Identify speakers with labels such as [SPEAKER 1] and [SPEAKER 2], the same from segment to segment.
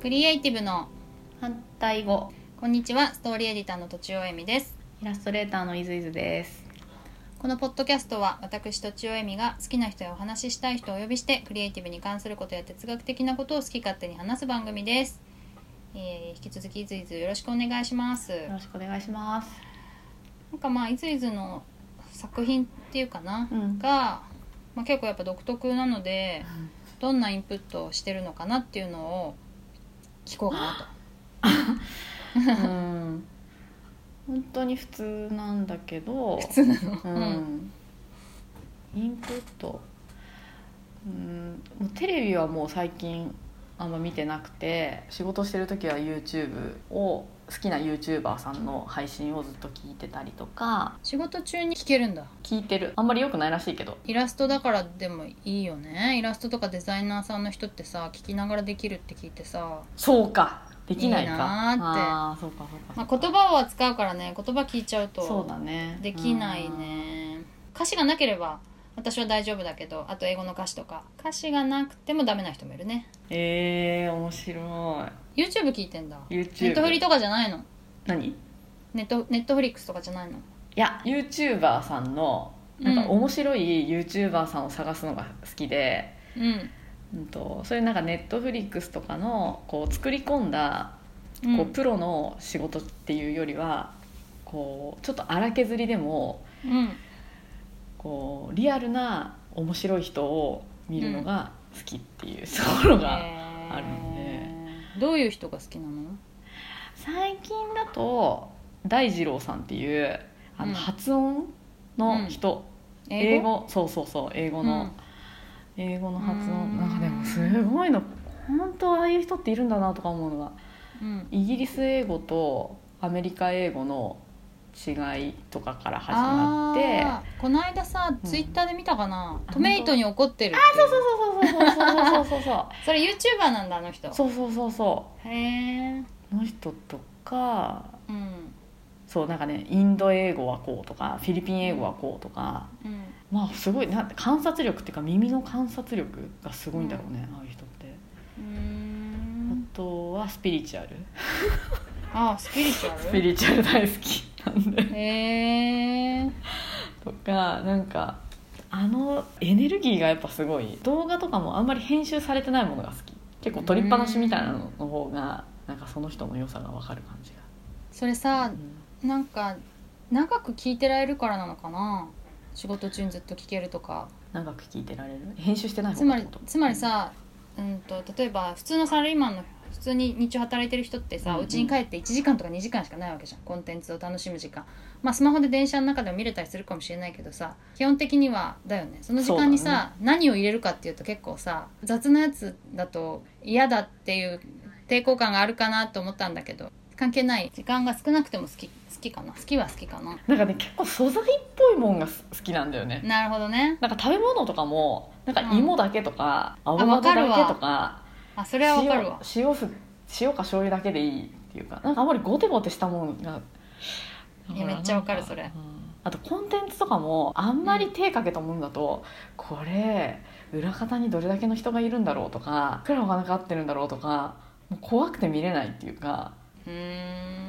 [SPEAKER 1] クリエイティブの
[SPEAKER 2] 反対語
[SPEAKER 1] こんにちはストーリーエディターのとちおえみです
[SPEAKER 2] イラストレーターのいずいずです
[SPEAKER 1] このポッドキャストは私とちおえみが好きな人やお話ししたい人をお呼びしてクリエイティブに関することや哲学的なことを好き勝手に話す番組です、えー引き続きいずいずよろしくお願いします
[SPEAKER 2] よろしくお願いします
[SPEAKER 1] なんかまあいずいずの作品っていうかな、
[SPEAKER 2] うん
[SPEAKER 1] が、まあ、結構やっぱ独特なのでどんなインプットをしてるのかなっていうのを聞こうかなと。
[SPEAKER 2] うん本当に普通なんだけど普通なのうん、インプットうんもうテレビはもう最近あんま見てなくて仕事してる時は YouTube を好きな YouTuber さんの配信をずっと聞いてたりとか
[SPEAKER 1] 仕事中に聞けるんだ
[SPEAKER 2] 聞いてるあんまり良くないらしいけど
[SPEAKER 1] イラストだからでもいいよねイラストとかデザイナーさんの人ってさ聞きながらできるって聞いてさ、
[SPEAKER 2] そうかできないか
[SPEAKER 1] いいなーって
[SPEAKER 2] あーそうかそうかそう
[SPEAKER 1] まあ、
[SPEAKER 2] か
[SPEAKER 1] 言葉は使うからね言葉聞いちゃう
[SPEAKER 2] そう
[SPEAKER 1] と
[SPEAKER 2] だね
[SPEAKER 1] できないね歌詞がなければ私は大丈夫だけどあと英語の歌詞とか歌詞がなくてもダメな人もいるね
[SPEAKER 2] うんえー、面白
[SPEAKER 1] YouTube 聞いてんだ
[SPEAKER 2] い
[SPEAKER 1] ネットフリ
[SPEAKER 2] YouTube
[SPEAKER 1] とかじゃないの
[SPEAKER 2] 何い
[SPEAKER 1] ネットネットフリックスとかじゃないの
[SPEAKER 2] や YouTuber さんのなん
[SPEAKER 1] うん
[SPEAKER 2] か面白い YouTuber さんを探すのが好きで、
[SPEAKER 1] うん、
[SPEAKER 2] うん、とそういうなんかネットフリックスとかのこう作り込んだ
[SPEAKER 1] うん
[SPEAKER 2] こうプロの仕事っていうよりはこうちょっと荒削りでも
[SPEAKER 1] うん、
[SPEAKER 2] こうリアルな面白い人を見るのが好きっていうところが。あるんで
[SPEAKER 1] でどういう人が好きなの
[SPEAKER 2] 最近だと大二郎さんっていうあの、
[SPEAKER 1] うん
[SPEAKER 2] 発音の人、英語そうそうそう英語の、英語の発
[SPEAKER 1] うーん
[SPEAKER 2] 音なんかでもすごいの本当ああいう人っているんだなとか思うのが
[SPEAKER 1] うん、
[SPEAKER 2] イギリス英語とアメリカ英語の違いとかから始ま
[SPEAKER 1] あ
[SPEAKER 2] って
[SPEAKER 1] あーこの間さツイッターで見たかな、
[SPEAKER 2] あ
[SPEAKER 1] トメイトに怒ってるあ
[SPEAKER 2] そうそうそうそうそうそうそう
[SPEAKER 1] それ YouTuber なんだあの人
[SPEAKER 2] そうそうそうそうそ
[SPEAKER 1] へえ
[SPEAKER 2] うの人とか
[SPEAKER 1] うん
[SPEAKER 2] そうなんかねインド英語はこうとかフィリピン英語はこうとか。
[SPEAKER 1] うん
[SPEAKER 2] まあすごいな観察力っていうか耳の観察力がすごいんだろうね、ああいう人って、
[SPEAKER 1] うーん
[SPEAKER 2] あとはスピリチュアル
[SPEAKER 1] あースピリチュアル
[SPEAKER 2] スピリチュアル大好きなんで
[SPEAKER 1] へえ
[SPEAKER 2] とかなんかあのエネルギーがやっぱすごい動画とかもあんまり編集されてないものが好き結構撮りっぱなしみたいなのの方がなんかその人の良さが分かる感じ
[SPEAKER 1] それさ
[SPEAKER 2] が、
[SPEAKER 1] なんか長く聞いてられるからなのかな仕事中にずっと聞けるとか
[SPEAKER 2] 長く聞いてられる編集してない
[SPEAKER 1] つ
[SPEAKER 2] 方が
[SPEAKER 1] ま
[SPEAKER 2] って
[SPEAKER 1] り
[SPEAKER 2] こと
[SPEAKER 1] つまりさ、うん、と例えば普通のサラリーマンの普通に日中働いてる人ってさ
[SPEAKER 2] うんうん
[SPEAKER 1] うち、に帰って1時間とか2時間しかないわけじゃんコンテンツを楽しむ時間まあスマホで電車の中でも見れたりするかもしれないけどさ基本的にはだよねその時間に
[SPEAKER 2] そうだ
[SPEAKER 1] さ、何を入れるかっていうと結構さ雑なやつだと嫌だっていう抵抗感があるかなと思ったんだけど関係ない時間が少なくても好き好きかな好きは好きかな
[SPEAKER 2] なんかね結構素材っぽいもんがす好きなんだよね
[SPEAKER 1] なるほどね
[SPEAKER 2] なんか食べ物とかもなんか芋だけとか、アボカドだけとか
[SPEAKER 1] あそれはわかるわ
[SPEAKER 2] 塩塩ふ塩か醤油だけでいいっていうかなんかあんまりゴテゴテしたもんが
[SPEAKER 1] いやめっちゃわかるそれ
[SPEAKER 2] うんあとコンテンツとかもあんまり手かけたもんだと、これ裏方にどれだけの人がいるんだろうとかいくらお金かかってるんだろうとかもう怖くて見れないっていうか
[SPEAKER 1] うー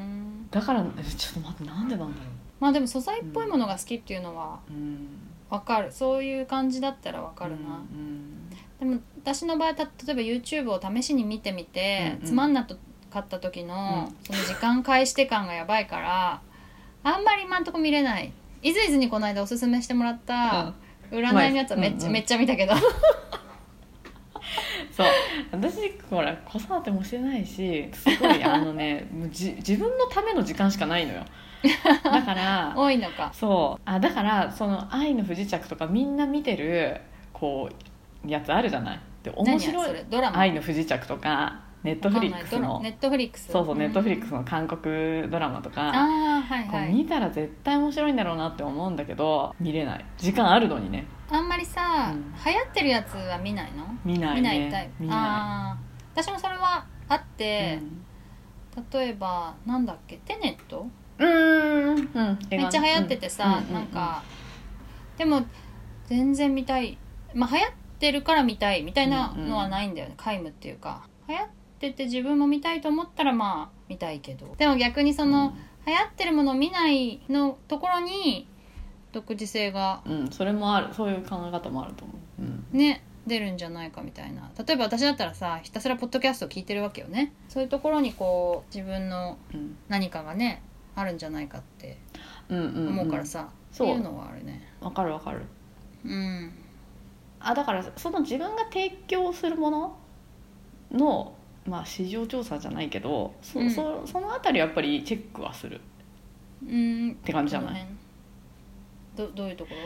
[SPEAKER 1] ん
[SPEAKER 2] だからえちょっと待ってなんでなんだろ
[SPEAKER 1] まあでも素材っぽいものが好きっていうのは
[SPEAKER 2] う、うん、
[SPEAKER 1] わかるそういう感じだったらわかるな、
[SPEAKER 2] うん
[SPEAKER 1] でも私の場合た例えば YouTube を試しに見てみて、
[SPEAKER 2] うんうん
[SPEAKER 1] つまんなかった時の、
[SPEAKER 2] う
[SPEAKER 1] その時間返して感がやばいからあんまり今んとこ見れないいずいずにこの間おすすめしてもらっ
[SPEAKER 2] う
[SPEAKER 1] た
[SPEAKER 2] ん
[SPEAKER 1] 占いのやつはめっちゃ、
[SPEAKER 2] うんうん
[SPEAKER 1] めっちゃ見た けど
[SPEAKER 2] そう私ほら子育てもしてないしすごいあ のねもうじ自分のための時間しかないのよだ から
[SPEAKER 1] 多いのか
[SPEAKER 2] そうあだからその「愛の不時着」とかみんな見てるこうやつあるじゃないで面
[SPEAKER 1] 何や
[SPEAKER 2] 白
[SPEAKER 1] そ
[SPEAKER 2] い
[SPEAKER 1] れドラ
[SPEAKER 2] 「
[SPEAKER 1] マ
[SPEAKER 2] 愛の不時着」とかネット
[SPEAKER 1] わ
[SPEAKER 2] フ
[SPEAKER 1] かん
[SPEAKER 2] リ
[SPEAKER 1] ない
[SPEAKER 2] ックス
[SPEAKER 1] ドラ
[SPEAKER 2] の
[SPEAKER 1] ネットフリックス
[SPEAKER 2] そうそうネットフリック
[SPEAKER 1] ス
[SPEAKER 2] スの韓国ドラマとか、
[SPEAKER 1] ああはい
[SPEAKER 2] こ
[SPEAKER 1] は
[SPEAKER 2] う
[SPEAKER 1] い
[SPEAKER 2] 見たら絶対面白いんだろうなって思うんだけど見れない時間あるのにね
[SPEAKER 1] あんまりさ、
[SPEAKER 2] うん
[SPEAKER 1] 流行ってるやつは見ないの
[SPEAKER 2] 見ないね
[SPEAKER 1] 見ないタイプ、
[SPEAKER 2] 見な
[SPEAKER 1] ああー私もそれはあっ
[SPEAKER 2] い
[SPEAKER 1] て、例えばなんだっけテネット
[SPEAKER 2] うん、うんうん
[SPEAKER 1] めっちゃ流行っててさ、
[SPEAKER 2] うん
[SPEAKER 1] なんか、でも全然見たいまあ流行ってるから見たいみたいなのはないんだよね、皆無っていうか流行っってて自分も見たいと思ったらまあ見たいけどでも逆にその、流行ってるものを見ないのところに独自性が
[SPEAKER 2] うん、うんそれもあるそういう考え方もあると思う、うん
[SPEAKER 1] ね出るんじゃないかみたいな例えば私だったらさひたすらポッドキャストを聞いてるわけよねそういうところにこう自分の
[SPEAKER 2] うん、
[SPEAKER 1] 何かがねあるんじゃないかって
[SPEAKER 2] うんうん
[SPEAKER 1] 思うからさ、
[SPEAKER 2] そう
[SPEAKER 1] っていうのはあるね
[SPEAKER 2] わかるわかる
[SPEAKER 1] うん
[SPEAKER 2] あだからその自分が提供するもののまあ市場調査じゃないけどそ,、
[SPEAKER 1] うん
[SPEAKER 2] そそのあたりやっぱりチェックはする
[SPEAKER 1] うんって
[SPEAKER 2] 感じじゃない
[SPEAKER 1] どどういうところ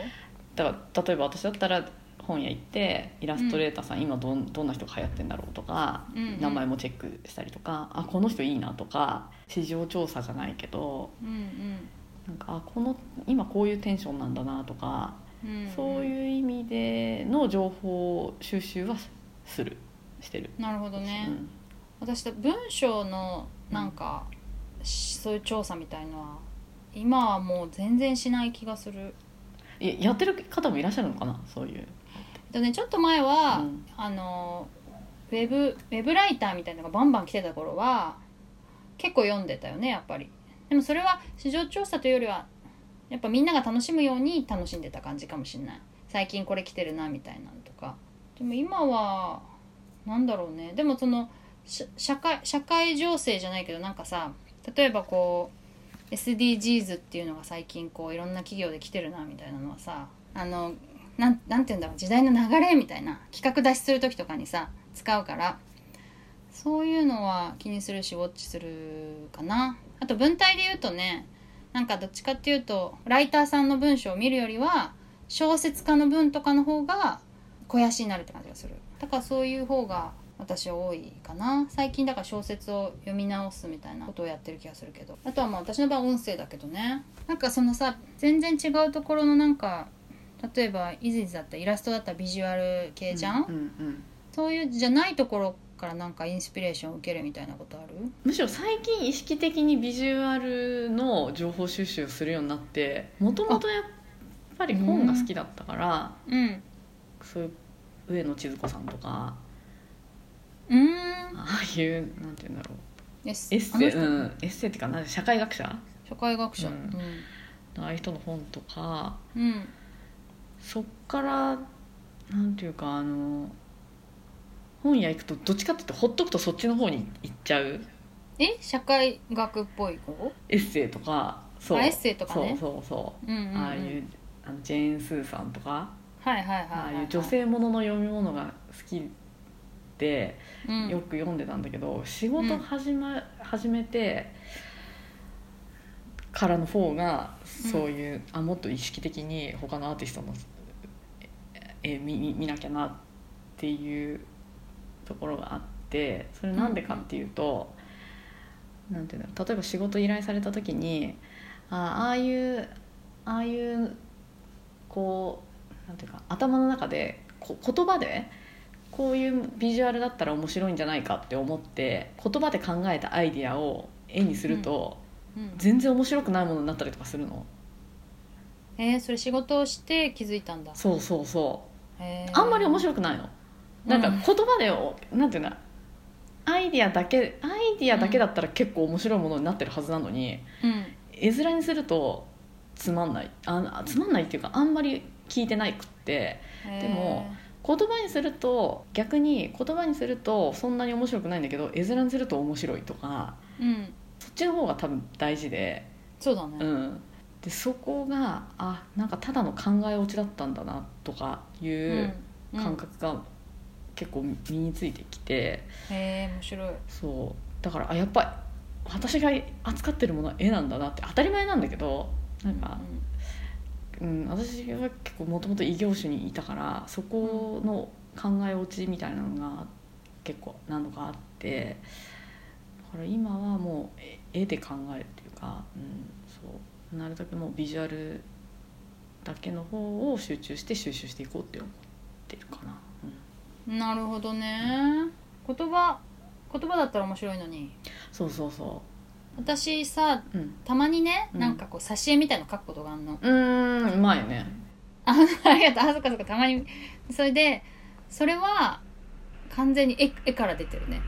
[SPEAKER 2] だから例えば私だったら本屋行ってイラストレーターさん、今どんどんな人が流行ってんだろうとか、
[SPEAKER 1] うんうん
[SPEAKER 2] 名前もチェックしたりとかあこの人いいなとか市場調査じゃないけど
[SPEAKER 1] うん
[SPEAKER 2] なんかあこの今こういうテンションなんだなとか、
[SPEAKER 1] うんんん
[SPEAKER 2] そういう意味での情報収集はするしてる。
[SPEAKER 1] なるほどね、
[SPEAKER 2] うん
[SPEAKER 1] 私文章のなんか、しそういう調査みたいのは今はもう全然しない気がする
[SPEAKER 2] えやってる方もいらっしゃるのかなそういう、
[SPEAKER 1] でねちょっと前は、
[SPEAKER 2] うん
[SPEAKER 1] あのウェブウェブライターみたいなのがバンバン来てた頃は結構読んでたよねやっぱりでもそれは市場調査というよりはやっぱみんなが楽しむように楽しんでた感じかもしれない最近これ来てるなみたいなのとかでも今はなんだろうねでもそのし社会社会情勢じゃないけどなんかさ例えばこう SDGs っていうのが最近こういろんな企業で来てるなみたいなのはさあのなんなんて言うんだろう時代の流れみたいな企画出しする時とかにさ使うからそういうのは気にするしウォッチするかなあと文体で言うとねなんかどっちかっていうとライターさんの文章を見るよりは小説家の文とかの方が肥やしになるって感じがするだからそういう方が私は多いかな最近だから小説を読み直すみたいなことをやってる気がするけどあとはまあ私の場合は音声だけどねなんかそのさ全然違うところのなんか例えばイズイズだったらイラストだったらビジュアル系じゃん、
[SPEAKER 2] うんうん
[SPEAKER 1] そういうじゃないところからなんかインスピレーションを受けるみたいなことある
[SPEAKER 2] むしろ最近意識的にビジュアルの情報収集をするようになってもともとやっぱり本が好きだったから、
[SPEAKER 1] うん
[SPEAKER 2] そういう上野千鶴子さんとか
[SPEAKER 1] うーん
[SPEAKER 2] ああいうなんて言うんだろう
[SPEAKER 1] エス
[SPEAKER 2] エッセ
[SPEAKER 1] あの
[SPEAKER 2] イ、
[SPEAKER 1] 人
[SPEAKER 2] うん、エッセイっていうかなんか社会学者
[SPEAKER 1] 社会学者
[SPEAKER 2] う
[SPEAKER 1] うんん、
[SPEAKER 2] ああいう人の本とか
[SPEAKER 1] うん
[SPEAKER 2] そっからなんていうかあの本屋行くとどっちかっていうとほっとくとそっちの方に行っちゃう
[SPEAKER 1] え社会学っぽい子
[SPEAKER 2] エッセイとかそう
[SPEAKER 1] あエッセイとかね
[SPEAKER 2] そうそうそう
[SPEAKER 1] うんうん、うん、
[SPEAKER 2] ああいうあのジェーン・スーさんとか、
[SPEAKER 1] はいはいはい
[SPEAKER 2] あ
[SPEAKER 1] はい、
[SPEAKER 2] あいう女性ものの読み物が好きで
[SPEAKER 1] うん、
[SPEAKER 2] よく読んでたんだけど、仕事始,、ま始めてからの方がそういう、あもっと意識的に他のアーティストのええ見見見なきゃなっていうところがあってそれなんでかっていうと、なんていうんだろう例えば仕事依頼された時にあああいうああいうこうなんていうか頭の中でこ言葉でこういうビジュアルだったら面白いんじゃないかって思って言葉で考えたアイディアを絵にすると、
[SPEAKER 1] うん
[SPEAKER 2] 全然面白くないものになったりとかするの
[SPEAKER 1] えー、それ仕事をして気づいたんだ、
[SPEAKER 2] そうそうそう
[SPEAKER 1] え
[SPEAKER 2] あんまり面
[SPEAKER 1] 白
[SPEAKER 2] 白くないのなんか
[SPEAKER 1] うん
[SPEAKER 2] 言葉でおなんていうんだアイディアだけアイディアだけだったら結構面白いものになってるはずなのに、
[SPEAKER 1] い、
[SPEAKER 2] 絵面にするとつまんないあつまんないっていうかあんまり聞いてないくって
[SPEAKER 1] うん、
[SPEAKER 2] でも言葉にすると逆に言葉にするとそんなに面白くないんだけど絵面にすると面白いとか
[SPEAKER 1] えーうん
[SPEAKER 2] そっちの方が多分大事で,、
[SPEAKER 1] そうだね、
[SPEAKER 2] うん、でそこがあなんかただの考え落ちだったんだなとかいううん感覚が結構身についてきて、
[SPEAKER 1] うん、へえ面白い
[SPEAKER 2] そうだからあやっぱり私が扱ってるものは絵なんだなって当たり前なんだけどなんか、うん、私は結構もともと異業種にいたからそこの考え落ちみたいなのが結構何度かあってだから今はもう絵絵で考えるっていうか、うん、そうなるだけもうビジュアルだけの方を集中して収集していこうって思ってるかな。うん
[SPEAKER 1] うん、なるほどね言葉言葉だったら面白いのに
[SPEAKER 2] そうそうそ
[SPEAKER 1] 私さ
[SPEAKER 2] う。うん。
[SPEAKER 1] たまにね、
[SPEAKER 2] うん
[SPEAKER 1] なんかこう挿絵みたいの書くことがあんの
[SPEAKER 2] うーん、うまいね。
[SPEAKER 1] あありがとうあそっかそっかたまにそれでそれは完全に絵絵から出てるね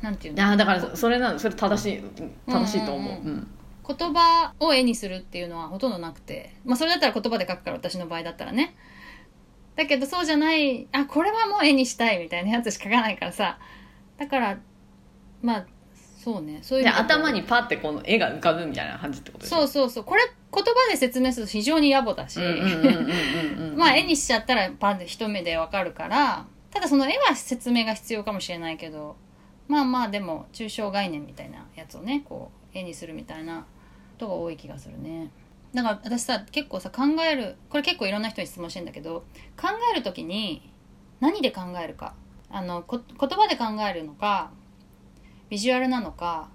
[SPEAKER 1] なんていうの
[SPEAKER 2] あだからそそれなのそれ正しい正しいと思う,、
[SPEAKER 1] う
[SPEAKER 2] うんん
[SPEAKER 1] う言葉を絵にするっていうのはほとんどなくて、まあ、それだったら言葉で書くから私の場合だったらねだけどそうじゃないあこれはもう絵にしたいみたいなやつしか書かないからさだからまあそうねそういう
[SPEAKER 2] で
[SPEAKER 1] 意味だと
[SPEAKER 2] 頭にパってこの絵が浮かぶみたいな感じってことでしょ
[SPEAKER 1] そうそうそうこれ言葉で説明すると非常に野暮だし、
[SPEAKER 2] うんうんうんうんうんうん
[SPEAKER 1] まあ絵にしちゃったらパンで一目でわかるからただその絵は説明が必要かもしれないけどまあまあでも抽象概念みたいなやつをねこう絵にするみたいなことが多い気がするねだから私さ結構さ考えるこれ結構いろんな人に質問してんだけど考える時に何で考えるかあのこ言葉で考えるのかビジュアルなのか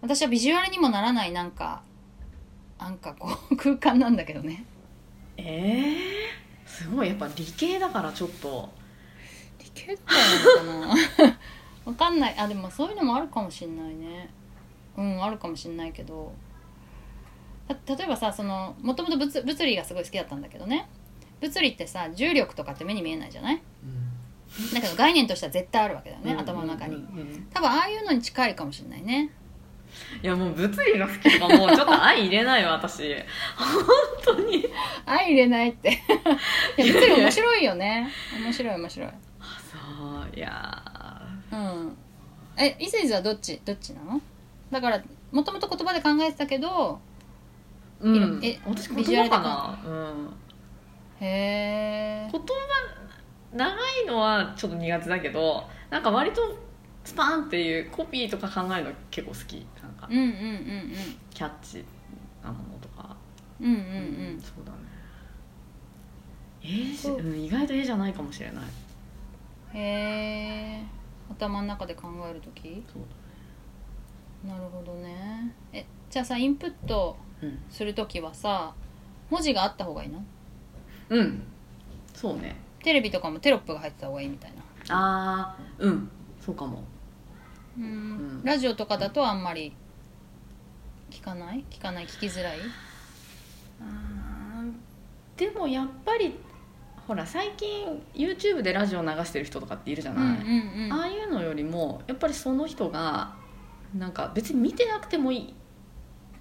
[SPEAKER 1] 私はビジュアルにもならないなんかなんかこう空間なんだけどね
[SPEAKER 2] えー、すごいやっぱ理系だからちょっと
[SPEAKER 1] 理系だったのかな わかんないあでもそういうのもあるかもしんないねうんあるかもしんないけどた例えばさそのもともと物物理がすごい好きだったんだけどね物理ってさ重力とかって目に見えないじゃないだけど概念としては絶対あるわけだよね、
[SPEAKER 2] うん
[SPEAKER 1] 頭の中
[SPEAKER 2] う
[SPEAKER 1] に
[SPEAKER 2] んうんうん
[SPEAKER 1] 多分ああいうのに近いかもしんないね
[SPEAKER 2] いやもう物理が好きとかもうちょっと相入れないわ私 本当に
[SPEAKER 1] 相入れないって いや物理面白いよね面白い面白い
[SPEAKER 2] あそういや
[SPEAKER 1] うんえイズイズはどっちどっちなのだからもともと言葉で考えてたけど
[SPEAKER 2] ーうん
[SPEAKER 1] え
[SPEAKER 2] 私
[SPEAKER 1] ビジュアル
[SPEAKER 2] 言葉
[SPEAKER 1] で
[SPEAKER 2] かな、うん、
[SPEAKER 1] へえ
[SPEAKER 2] 言葉長いのはちょっと苦手だけどなんか割とスパンっていうコピーとか考えるの結構好きなんか
[SPEAKER 1] うんうん
[SPEAKER 2] キャッチなものとか
[SPEAKER 1] うんうんうんうんう
[SPEAKER 2] うんそうだね絵じゃ
[SPEAKER 1] そう
[SPEAKER 2] うん、意外と絵じゃないかもしれない
[SPEAKER 1] うんへえ頭の中で考える時
[SPEAKER 2] そう
[SPEAKER 1] なるほどねえじゃあさインプット
[SPEAKER 2] だね
[SPEAKER 1] する時はさ文字があった方がいいの
[SPEAKER 2] うん、うん、そうね
[SPEAKER 1] テレビとかもテロップが入ってた方がいいみたいな
[SPEAKER 2] あーうんそうかも
[SPEAKER 1] うん、
[SPEAKER 2] ん
[SPEAKER 1] ラジオとかだとあんまり聞かない聞かない聞きづらい
[SPEAKER 2] でもやっぱりほら最近 YouTube でラジオ流してる人とかっているじゃない、
[SPEAKER 1] うんうんうん
[SPEAKER 2] ああいうのよりもやっぱりその人がなんか別に見てなくてもいい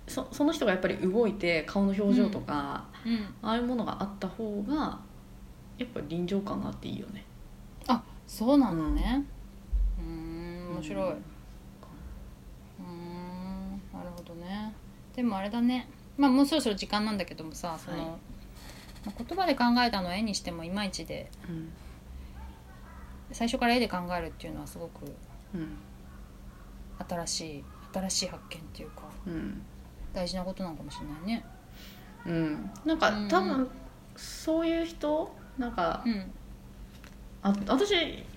[SPEAKER 2] そその人がやっぱり動いて顔の表情とか、
[SPEAKER 1] うん
[SPEAKER 2] ああいうものがあった方がやっぱ臨場感があっていいよね
[SPEAKER 1] そうなんだねうーん面白い、うーんなるほどねでもあれだねまあもうそろそろ時間なんだけどもさその、
[SPEAKER 2] はい
[SPEAKER 1] まあ言葉で考えたのを絵にしてもいまいちで
[SPEAKER 2] うん
[SPEAKER 1] 最初から絵で考えるっていうのはすごく
[SPEAKER 2] うん
[SPEAKER 1] 新しい新しい発見っていうか
[SPEAKER 2] うん
[SPEAKER 1] 大事なことなのかもしれないね
[SPEAKER 2] うんなんか
[SPEAKER 1] うん
[SPEAKER 2] 多分そういう人なんか
[SPEAKER 1] うん
[SPEAKER 2] あ私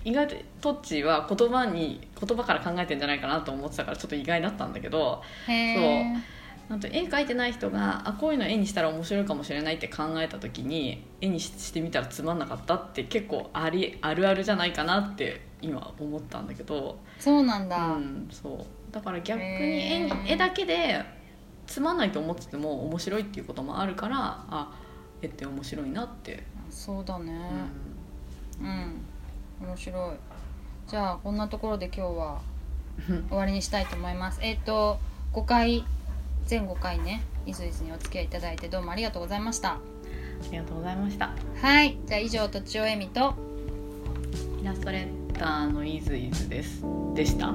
[SPEAKER 2] 意外とトッチーは言葉に言葉から考えてんじゃないかなと思ってたからちょっと意外だったんだけど
[SPEAKER 1] へえ
[SPEAKER 2] なんと絵描いてない人があこういうの絵にしたら面白いかもしれないって考えた時に絵にししてみたらつまんなかったって結構ありあるあるじゃないかなって今思ったんだけど、
[SPEAKER 1] そうなんだ、
[SPEAKER 2] うん、そうだから逆に
[SPEAKER 1] へ
[SPEAKER 2] 絵
[SPEAKER 1] ー
[SPEAKER 2] 絵だけでつまんないと思ってても面白いっていうこともあるからあ絵って面白いなって、
[SPEAKER 1] そうだね
[SPEAKER 2] うん
[SPEAKER 1] うん、面白いじゃあこんなところで今日は 終わりにしたいと思います。えっ、と5回全5回ねいずいずにお付き合いいただいてどうもありがとうございました。
[SPEAKER 2] ありがとうございました
[SPEAKER 1] はいじゃあ以上とちおえみと
[SPEAKER 2] イラストレーターのイズイズですでした